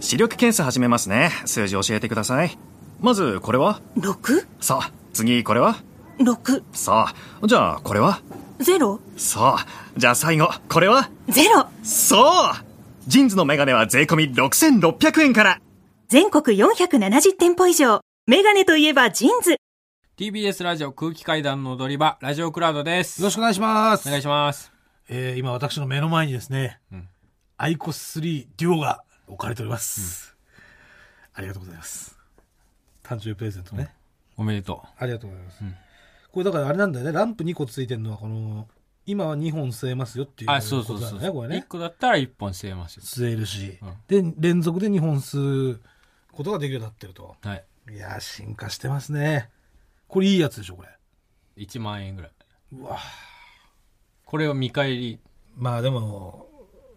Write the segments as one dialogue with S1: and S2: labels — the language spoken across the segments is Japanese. S1: 視力検査始めますね。数字教えてください。まず、これは
S2: 6?
S1: さあ、次、これは
S2: 6
S1: さあ、じゃあ、これは
S2: ゼロ
S1: さあ、じゃあ最後、これは
S2: ゼロ
S1: そうジンズのメガネは税込み6600円から
S2: 全国470店舗以上メガネといえばジーンズ
S3: TBS ラジオ空気階段の踊り場、ラジオクラウドです。
S4: よろしくお願いします。
S3: お願いします。
S4: えー今私の目の前にですね、アイコス3デュオが置かれております。ありがとうございます。誕生日プレゼントね。
S3: おめでと。
S4: ありがとうございます。これだからあれなんだよね、ランプ2個ついてるのはこの、今は2本吸えますよっていうう
S3: あ、そうそう
S4: こと
S3: そ
S4: な
S3: う。
S4: んだね、これ
S3: 1
S4: ね。
S3: 個だったら1本吸えますよ。
S4: 吸えるし、で、連続で2本吸うことができるようになってると。
S3: はい。
S4: いやー、進化してますね。これいいやつでしょ、これ。
S3: 1万円ぐらい。
S4: うわ
S3: これを見返り。
S4: まあでも、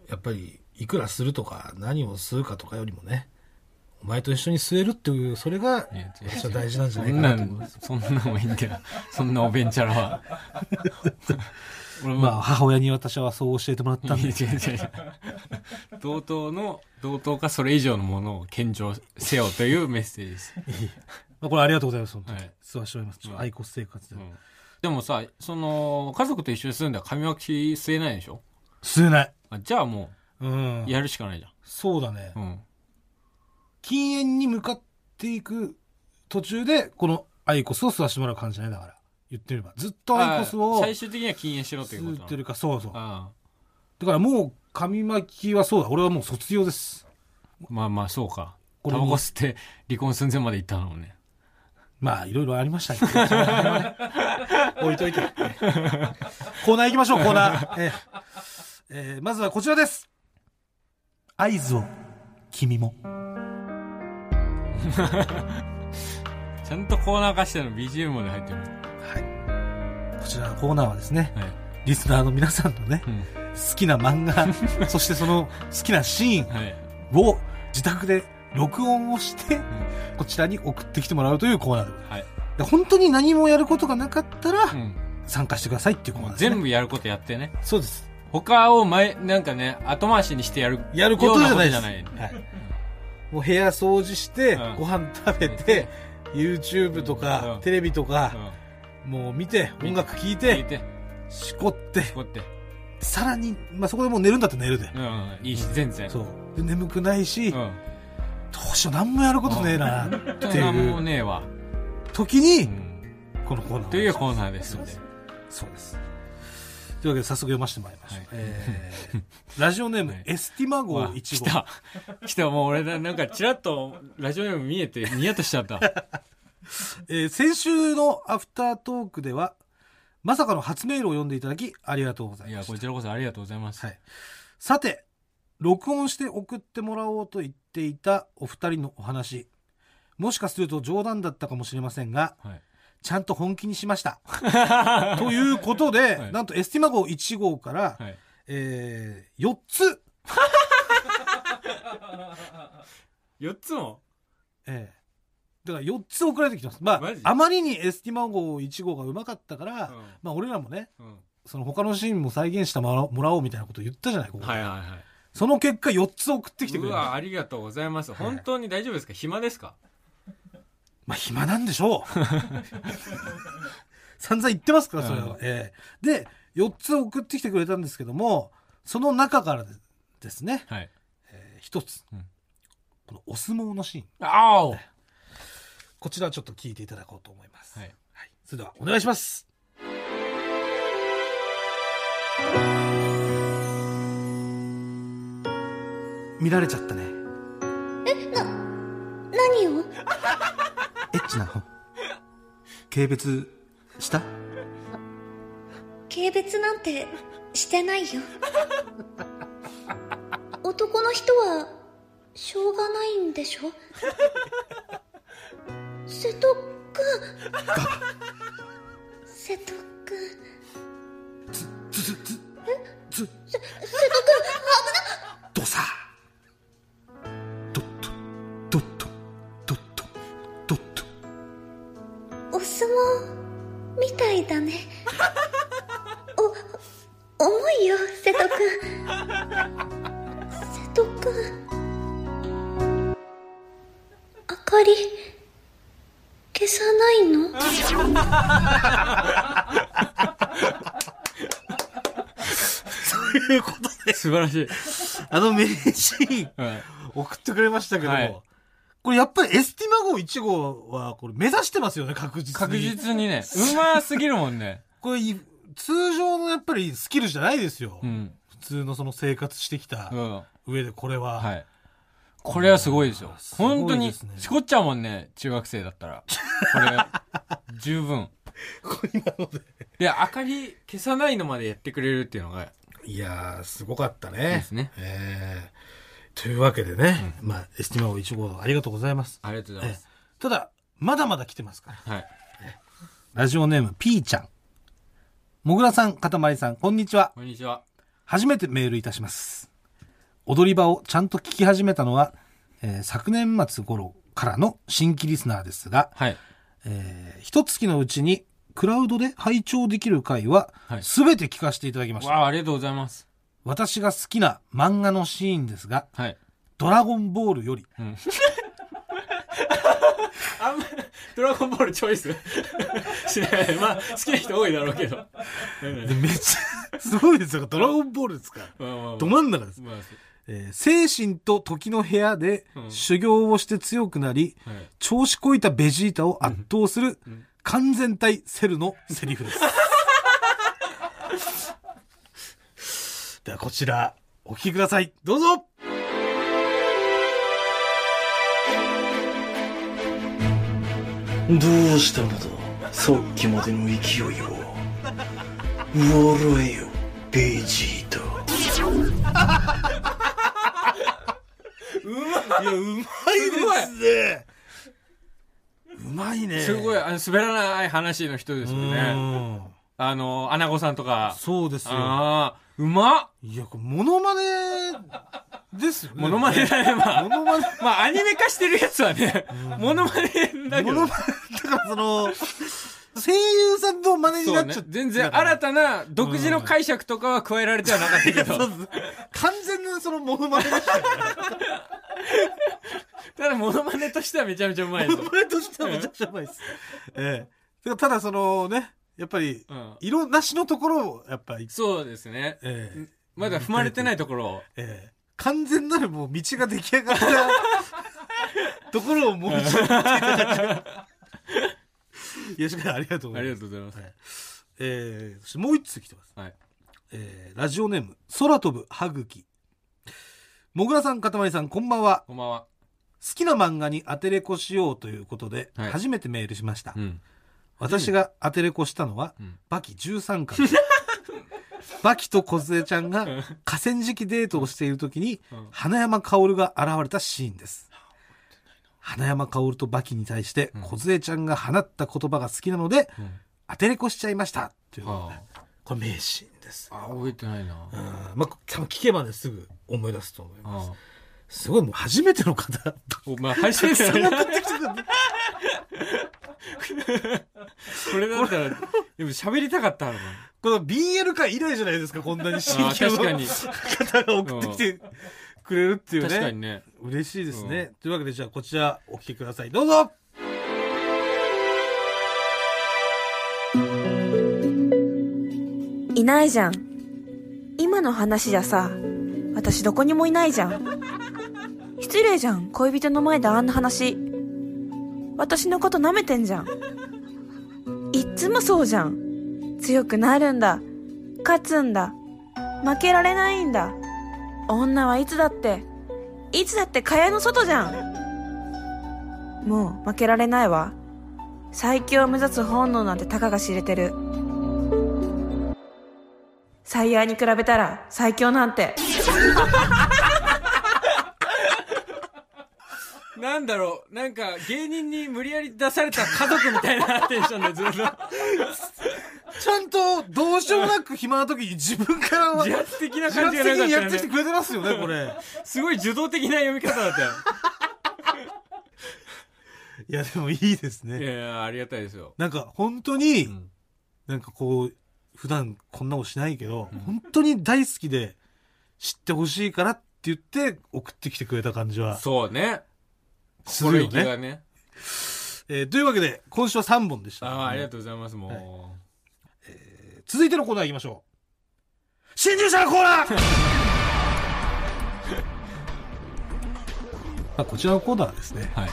S4: やっぱり、いくらするとか、何をするかとかよりもね、お前と一緒に吸えるっていう、それが、
S3: いや違う
S4: 私は大事なんじゃ
S3: そ
S4: ない
S3: んな
S4: かなと。
S3: ん、そんなもいいんだ よ。そんなおべんちゃらは。俺も、
S4: まあ、母親に私はそう教えてもらったん
S3: いや
S4: で、
S3: 違う違う違う 同等の、同等かそれ以上のものを献上せよというメッセージです。
S4: まあ、これありがとうございます、本当に
S3: はい
S4: 吸わしております。ちょっと愛国生活で。
S3: うんでもさ、その、家族と一緒に住んだら髪の毛吸えないでしょ
S4: 吸えない。
S3: あじゃあも
S4: うん
S3: う、。やるしかないじ
S4: そうだね
S3: ゃん。。うん。
S4: 禁煙に向かっていく途中で、このアイコスを吸わしてもらう感じね、だから。言ってみれば。ずっとアイコス
S3: あ
S4: を
S3: 最終的には禁煙しろということな
S4: 吸
S3: の
S4: ってるか、そうそう。だ
S3: あ
S4: からもう、紙巻きはそうだ。俺はもう卒業です。
S3: あまあまあそうか
S4: こ
S3: タ
S4: れ
S3: バ
S4: に
S3: コ吸って離婚寸前まで行ったのもね
S4: まあ、いろいろありましたけど、その辺 はね置いといて。コーナー行きましょう、コーナー。えーえーまずはこちらです。合図を、君も。
S3: ちゃんとコーナー化してるの BGM まで入ってる
S4: はい。こちらのコーナーはですね、
S3: はい、
S4: リスナーの皆さんのね、
S3: うん
S4: 好きな漫 画、そしてその好きなシーン
S3: はい、
S4: を自宅で録音をして、こちらに送ってきてもらうというコーナーでございま
S3: はい
S4: すで本当に何もやることがなかったら
S3: う、ん、
S4: 参加してくださいっていうコー
S3: も
S4: ナー
S3: う
S4: です、ね。
S3: 全部やることやってね
S4: そうです。
S3: 他を前なんかね後回しにしてやる
S4: やることじゃない
S3: ようこと
S4: です。
S3: じゃない
S4: はい。もう部屋掃除して、
S3: うん
S4: ご飯食べて、YouTube とか、
S3: うん
S4: テレビと
S3: う
S4: か、
S3: ん
S4: もう見て、
S3: 見て
S4: 音楽聴い
S3: 聞い
S4: て、
S3: て
S4: しこって、
S3: こうやって
S4: さらに、まあ、そこでもう寝るんだって寝るで。
S3: うんいいし全然
S4: そう。で眠くないし、
S3: う
S4: ど
S3: ん
S4: うしよう、なんもやることねえな、って
S3: そんなもん
S4: いう
S3: ねえわ、
S4: 時
S3: う
S4: に、
S3: ん、
S4: このコーナーを。
S3: というコーナーですので
S4: そうです。というわけで早速読ませてまいりましょう。
S3: はい
S4: えーラジオネーム、
S3: はい
S4: エスティマ号
S3: わ
S4: 1
S3: 来
S4: 号。
S3: た 来たもう俺ななんかチラッとラジオでも見え てニヤッとしちゃった
S4: えー先週のアフタートークでは、まさかの初メールを読んでいただき、ありがとうござい
S3: い
S4: ま
S3: や、
S4: した。
S3: こちらこそありがとうございます。
S4: はい。さて、録音して送ってもらおうと言っていたお二人のお話。もしかすると冗談だったかもしれませんが、
S3: はい。
S4: ちゃんと本気にし ました。ということで、
S3: はい
S4: なんとエスティマ号1号から、
S3: はい。
S4: えー、4つ、
S3: 4つも
S4: えーだから4つ送られてきてます。ま
S3: マジ
S4: あ、あまりにエスティマ号1号がうまかったから、まあ俺らもね、
S3: うん。
S4: その他のシーンも再現してもらおうもらおうみたいなこと言ったじゃない、ここ
S3: はいはいは
S4: その結果4つ送って
S3: い。
S4: きてく
S3: う
S4: れた。
S3: わ、ありがとうございます。本当に大丈夫ですか暇ですか
S4: まあ暇なんでし ょう。散々言ってますから、それ
S3: うん
S4: は。ええで、4つ送ってきてくれたんですけども、その中からでですね、
S3: はい。
S4: え1つ、
S3: うん
S4: このお相撲のシーン。
S3: あ おは
S4: こちらちょっと聞いていただこうと思います。
S3: い。
S4: はい、それではお願いします。見られちゃったね。
S5: 何を
S4: エッチな本。軽蔑した
S5: 軽蔑なんてしてないよ男の人はしょうがないんでしょ瀬戸くん瀬戸くん
S4: ドサドットドットドットドット
S5: お相撲みたいだねお重いよ瀬戸くん瀬戸くんかり消さないの
S4: ということで、
S3: 素晴らしい。
S4: あの名シーン
S3: はい
S4: 送ってくれましたけども、
S3: はい
S4: これやっぱりエスティマ号1号はこれ目指してますよね、確実に。
S3: 確実にね、うますぎるもんね。
S4: これい通常のやっぱりスキルじゃないですよ。
S3: うん。
S4: 普通のその生活してきた
S3: うん。
S4: 上でこれは。
S3: はい。これはすごいですよ。
S4: すごい
S3: 本当に
S4: ですね、
S3: しこっちゃうもんね、中学生だったら。こ れ、十分。で、明かり消さないのまでやってくれるっていうのが、
S4: い、やー、すごかったね。
S3: ですね
S4: えーというわけでね、まあ、エスティマ号1号ありがとうございます。
S3: ありがとうございます。
S4: ええただ、まだまだ来てますから。
S3: はい。
S4: ラジオネーム P ちゃん。もぐらさん、かたまりさん、こんにちは。
S3: こんにちは。
S4: 初めてメールいたします。踊り場をちゃんと聞き始めたのは、えー昨年末頃からの新規リスナーですが、
S3: はい。
S4: えー、一月のうちにクラウドで拝聴できる回は
S3: はい
S4: 全て聞かせていただきました。
S3: わあ、ありがとうございます。
S4: 私が好きな漫画のシーンですが、
S3: はい。
S4: ドラゴンボールより、
S3: あんま、ドラゴンボールチョイスしない。まあ、好きな人多いだろうけど。
S4: でめっちゃ すごいですよ。ドラゴンボールですから。
S3: まあまあまあ
S4: ど真ん中です。
S3: まあ
S4: えー精神と時の部屋で
S3: うん
S4: 修行をして強くなり、
S3: はい
S4: 調子こいたベジータを圧倒する完全体セルのセリ フです。ではこちら、お聞きください。どうぞ
S6: どうしたのださっきまでの勢いを笑えよベジータ
S4: いや、うまいですね。うまいね。
S3: すごい、あの、滑らない話の人ですよね。
S4: ね。
S3: あの、アナゴさんとか。
S4: そうですよ。
S3: ああ、うまっ
S4: いや、これ、モノマネですよね。
S3: モノマネだね、ま
S4: モ
S3: あ。
S4: ノマネ。
S3: まあ、アニメ化してるやつはね、モノマネだけ
S4: モ
S3: ど
S4: ノマ。ネ、 だからその、声優さんのマネに
S3: そ
S4: な
S3: う
S4: っ
S3: ね
S4: ちゃって、、
S3: 全然新たな独自の解釈とかは加えられてはなかったけど、
S4: 完全なそのモノマネでした よね。
S3: ただモノマネとしてはめちゃめちゃうまい
S4: モ
S3: ぞ
S4: ノ。マネとしてはめちゃくちゃうまいです。ええただそのね、やっぱり、
S3: うん
S4: 色なしのところを、やっぱり、
S3: そうですね。
S4: ええ
S3: まだ踏まれてないところを。
S4: ええ完全なるもう道が出来上がった ところをもう一度見ていた だき吉川ありがとうご
S3: あ
S4: ざい
S3: りが
S4: ます。
S3: とうございます。
S4: ええそしてもう一つ来てます。
S3: はい。
S4: えーラジオネーム、空飛ぶ歯茎。もぐらさん、かたまりさん、こんばんは。
S3: こんばんは。
S4: 好きな漫画にアテレコしようということで、
S3: はい
S4: 初めてメールしました。
S3: うん。
S4: 私がアテレコしたのは、
S3: うん
S4: バキ13巻。 バキと小ちゃんが
S3: ん
S4: 河川敷デートをしている時に
S3: うん、
S4: 花山薫が現れたシーンです。花山薫とバキに対して、
S3: うん
S4: 小ちゃんが放った言葉が好きなので、
S3: うん
S4: アテレコしちゃいました。ということで
S3: は
S4: これ名シーンです。
S3: あ、あ覚えてないな。
S4: うんまあ、多分聞けばね、すぐ思い出すと思います。
S3: あ
S4: すごい、もう初めての方、
S3: お前、配信者
S4: そん
S3: だ
S4: な
S3: な
S4: 送ってきてたんで
S3: これだったら、でも喋りたかったのかな
S4: この BL 界以来じゃないですか、こんなに新
S3: あ
S4: 規
S3: 確か
S4: の
S3: に。
S4: 方が送ってきてくれるっていうね。
S3: 確かにね。
S4: 嬉しいですね。というわけで、じゃあこちらお聞きください。どうぞ
S7: いないじゃん。今の話じゃさ、私どこにもいないじゃん。失礼じゃん、恋人の前であんな話。私のこと舐めてんじゃん。いっつもそうじゃん。強くなるんだ。勝つんだ。負けられないんだ。女はいつだって、いつだって蚊帳の外じゃん。もう負けられないわ。最強を目指す本能なんてたかが知れてる。最愛に比べたら最強なんて。
S3: なんだろう、なんか芸人に無理やり出された家族みたいなテンションでずっと、
S4: ちゃんと、どうしようもなく暇な時に自分からは、
S3: 自
S4: 自
S3: 発的な感じ
S4: 発
S3: が
S4: 的
S3: なかっ
S4: に
S3: た
S4: や
S3: よ
S4: ってきて
S3: ね。
S4: くれてますよね、これ。
S3: すごい受動的な読み方だったよ。
S4: いや、でもいいですね
S3: い。やいや、ありがたいですよ。
S4: なんか本当に、
S3: ん
S4: なんかこう、普段こんなことしないけど、本当に大好きで知ってほしいからって言って送ってきてくれた感じは
S3: そうね。
S4: する
S3: 心
S4: よ
S3: 意気が
S4: ね。
S3: ね。
S4: えーというわけで、今週は3本でした。
S3: ああ、ありがとうございます、も
S4: 続いてのコーナー行きましょう。新入社のコーナ ーまあこちらのコーナーはですね、
S3: う。はい。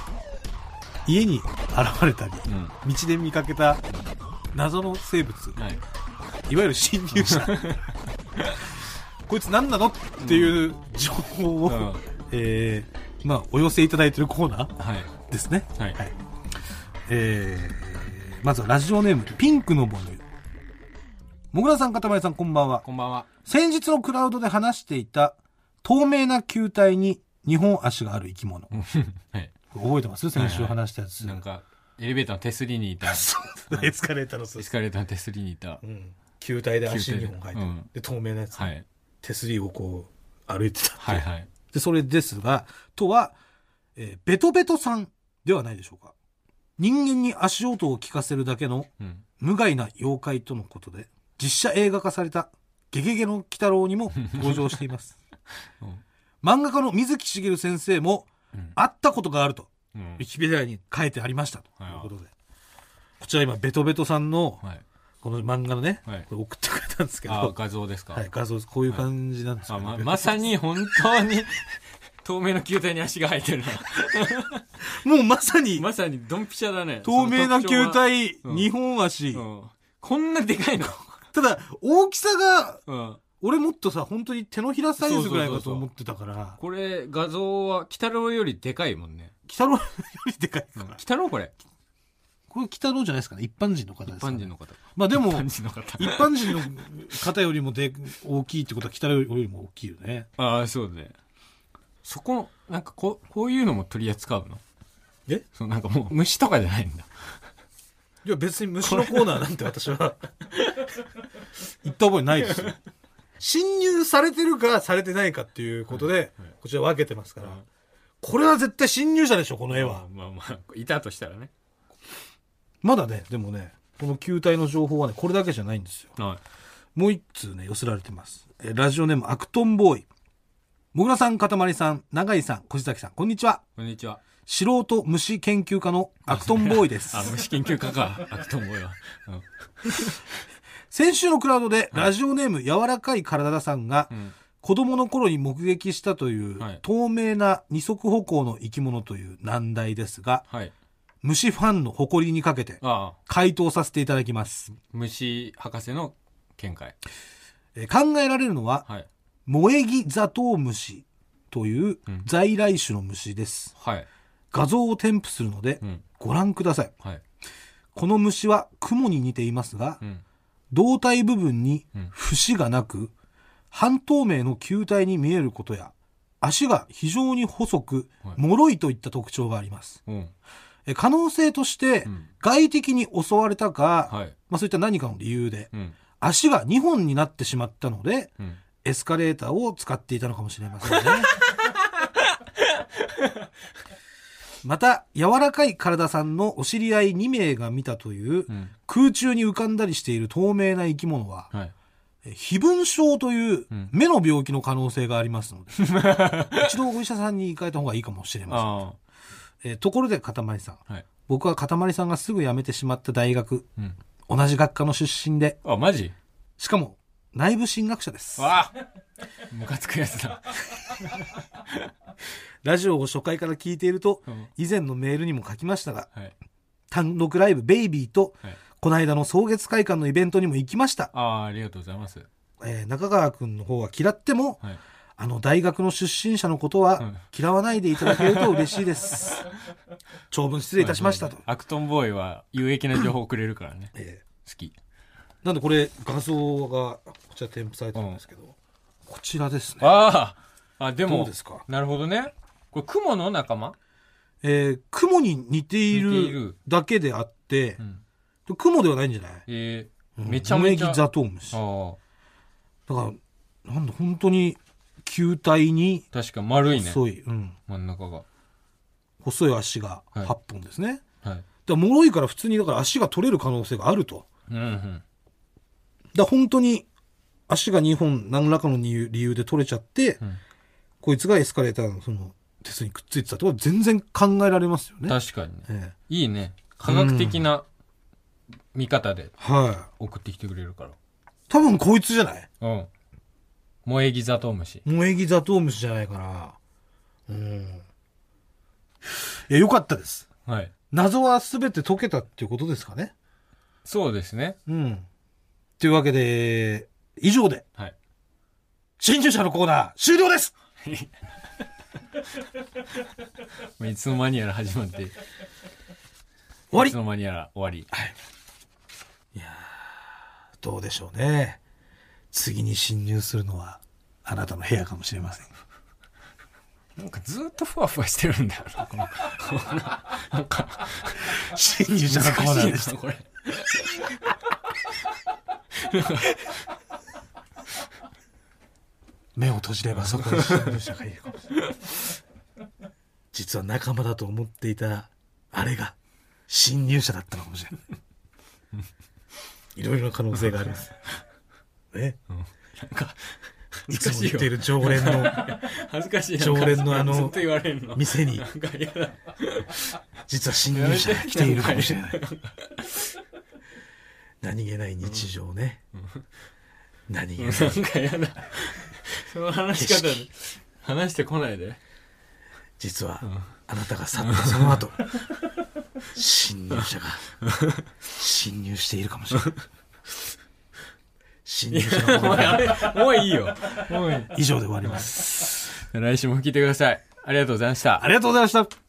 S4: 家に現れたり、
S3: うん。
S4: 道で見かけた謎の生物、
S3: はい。
S4: いわゆる侵 入者。こいつ何なのっていう情報を、
S3: うん
S4: えーまあ、お寄せいただいてるコーナー
S3: はい。
S4: ですね。
S3: はい。
S4: はいえー、まずはラジオネーム、ピンクのボニー。もぐらさん、かたまりさん、こんばんは。
S3: こんばんは。
S4: 先日のクラウドで話していた透明な球体に2本足がある生き物。
S3: はい。
S4: 覚えてます先週話したやつ。
S3: なんか、エレベーターの手すりにいた、 エス
S4: エスカレーターのそうです。
S3: カレーターの手すりにいた
S4: う。ん。球体で足2本入ってる
S3: うん
S4: で、透明なやつ。
S3: はい。
S4: 手すりをこう、歩いてた。
S3: はいはい。
S4: で、それですが、とは、えーベトベトさんではないでしょうか。人間に足音を聞かせるだけの
S3: うん。
S4: 無害な妖怪とのことで実写映画化された「ゲゲゲの鬼太郎」にも登場しています、
S3: うん
S4: 漫画家の水木しげる先生も
S3: うん
S4: 会ったことがあると
S3: うん
S4: ウィキペディアに書いてありましたと
S3: はい
S4: いうことでこちら今ベトベトさんの
S3: はい。
S4: この漫画のね、
S3: はい
S4: これ送ってくれたんですけど、
S3: ああ、
S4: は
S3: 画像ですか。
S4: い、画像ですこういう感じなんですけ
S3: あ
S4: ど、
S3: ま
S4: ベト
S3: まさに本当に 透明の球体に足が生えてるな
S4: もうまさに
S3: まさにドンピシャだね
S4: 透明な球
S3: その特
S4: 体
S3: うん
S4: 2本足、
S3: 徴はうんこんなでかいの、
S4: ただ大きさが
S3: うん、
S4: 俺もっとさ本当に手のひらサイズぐらいかと思ってたから
S3: これ画像は鬼太郎よりでかいもんね
S4: 鬼太郎よりでかいか
S3: うん
S4: ら
S3: 鬼太郎これ
S4: これ北郎じゃないですかね一般人の方です
S3: 一
S4: か、ね、
S3: 般人の方
S4: まあでも
S3: 一般人の方
S4: 一般人の方よりもで大きいってことは北郎よりも大きいよね
S3: ああそうねそこなんかこうこういうのも取り扱うの
S4: え
S3: そうなんかもう虫とかじゃないんだ
S4: いや別に虫のコーナーなんて私は行った覚えないですよ侵入されてるかされてないかっていうことで、こちら分けてますから、これは絶対侵入者でしょこの絵は、
S3: まあまあいたとしたらね
S4: まだねでもねこの球体の情報はねこれだけじゃないんですよ
S3: は
S4: もう一通ね、寄せられてます。えーラジオネーム、アクトンボーイ。もぐらさん、かたまりさん、長井さん、小路崎さん、こんにちは。
S3: いこんにちは
S4: 素人虫研究家のアクトンボーイで す
S3: あ。虫研究家か 悪と思うよ、うん
S4: 先週のクラウドで、ラジオネーム、柔らかい体ださんが、
S3: ん
S4: 子供の頃に目撃したという、
S3: はい
S4: 透明な二足歩行の生き物という難題ですが、
S3: はい
S4: 虫ファンの誇りにかけて、
S3: ああ
S4: 回答させていただきます。
S3: 虫博士の見解
S4: えー考えられるのは、
S3: はい
S4: 萌えギザトウムシという在来種の虫です。
S3: はい
S4: 画像を添付するので、
S3: うん
S4: ご覧ください
S3: はい
S4: この虫は雲に似ていますが、
S3: うん
S4: 胴体部分に
S3: うん
S4: 節がなく、半透明の球体に見えることや足が非常に細く、
S3: はい
S4: 脆いといった特徴があります
S3: うん
S4: え可能性として、
S3: うん
S4: 外敵に襲われたか、
S3: はい
S4: まあ、そういった何かの理由で、
S3: うん
S4: 足が2本になってしまったので、
S3: うん
S4: エスカレーターを使っていたのかもしれませんね。 また、柔らかい体さんのお知り合い2名が見たという、
S3: うん
S4: 空中に浮かんだりしている透明な生き物は、
S3: はい
S4: え非分症という
S3: うん
S4: 目の病気の可能性があります ので、一度お医者さんに行かれた方がいいかもしれ
S3: あ
S4: ません。えところで、かたまりさん。
S3: あはい
S4: 僕はかたまりさんがすぐ辞めてしまった大学、
S3: うん
S4: 同じ学科の出身で、
S3: あマジ
S4: しかも内部進学者です。
S3: わあ ムカつくやつだ
S4: ラジオを初回から聞いていると
S3: うん、
S4: 以前のメールにも書きましたが、
S3: はい
S4: 単独ライブベイビーと、
S3: はい
S4: この間の草月会館のイベントにも行きました。
S3: ああありがとうございます
S4: えー中川くんの方は嫌っても、
S3: はい
S4: あの大学の出身者のこと
S3: うん
S4: は嫌わないでいただけると嬉しいです。 長文失礼いたしましたと。
S3: アクトンボーイは有益な情報をくれる からね
S4: え
S3: 好き
S4: ーなんでこれ画像がこちら添付されてるんですけど、こちらですね。
S3: あああでも
S4: どうですか
S3: なるほどねこれ雲の仲間
S4: えー雲に似てい
S3: 似てい
S4: る
S3: る
S4: だけであって
S3: う、ん
S4: 雲ではないんじゃない
S3: えー、めちゃめち
S4: 萌
S3: ゃ
S4: え木ザトウムシ。
S3: あ
S4: だから、なんだ、本当に、球体に、
S3: あ確か丸いね
S4: 細い、うん、
S3: 真ん中が
S4: 細い足が
S3: はい
S4: 8本ですね。だか
S3: はい
S4: ら、脆いから普通に、だから足が取れる可能性があると。
S3: うんうん
S4: だから本当に、足が2本、何らかの理由理由で取れちゃって、
S3: ん
S4: こいつがエスカレーターの、その、テストにくっついてたってことは全然考えられますよね。
S3: 確かにね。
S4: ええ
S3: いいね。科学的な見方で
S4: はい。
S3: 送ってきてくれるから。
S4: 多分こいつじゃない
S3: うん。萌えギザトウムシ。
S4: 萌え木ザトウムシじゃないかな。うん。いや、よかったです。
S3: はい。
S4: 謎は全て解けたっていうことですかね。
S3: そうですね。
S4: うん。というわけで、以上で、
S3: はい。
S4: 新入者のコーナー終了です
S3: まあいつの間にやら始まって、
S4: 終わ
S3: い
S4: り
S3: つの間にやら終わり。
S4: どうでしょうね。次に侵入するのは、あなたの部屋かもしれ ません。
S3: なんかずっとふわふわしてるんだよな、この。なんか、
S4: 侵入者のコー
S3: 難
S4: ナ
S3: し
S4: ー
S3: い
S4: でした
S3: な、。これ。
S4: 目を閉じればそこに侵入者がいるかもしれない。実は仲間だと思っていた、あれが、侵入者だったのかもしれない。いろいろな可能性があ ります。ね。
S3: なんか、
S4: いつも
S3: 難しい
S4: 行
S3: よ
S4: っている常連の
S3: 恥ずかしいな。
S4: 常連のあの
S3: ずっと言われるの。
S4: 店に
S3: な、んか嫌だ。
S4: 実は侵入者が来ているかもしれない。何気ない日常ね。何気ない。
S3: なんか嫌だ。その話 し方で、話してこないで。
S4: 実は、あなたが去ったその後、侵入者が、侵入しているかもしれ ない。侵入者がこ
S3: もう
S4: の
S3: やめもういいよ。もういい。
S4: 以上で終わります。
S3: 来週も聞いてください。ありがとうございました。
S4: ありがとうございました。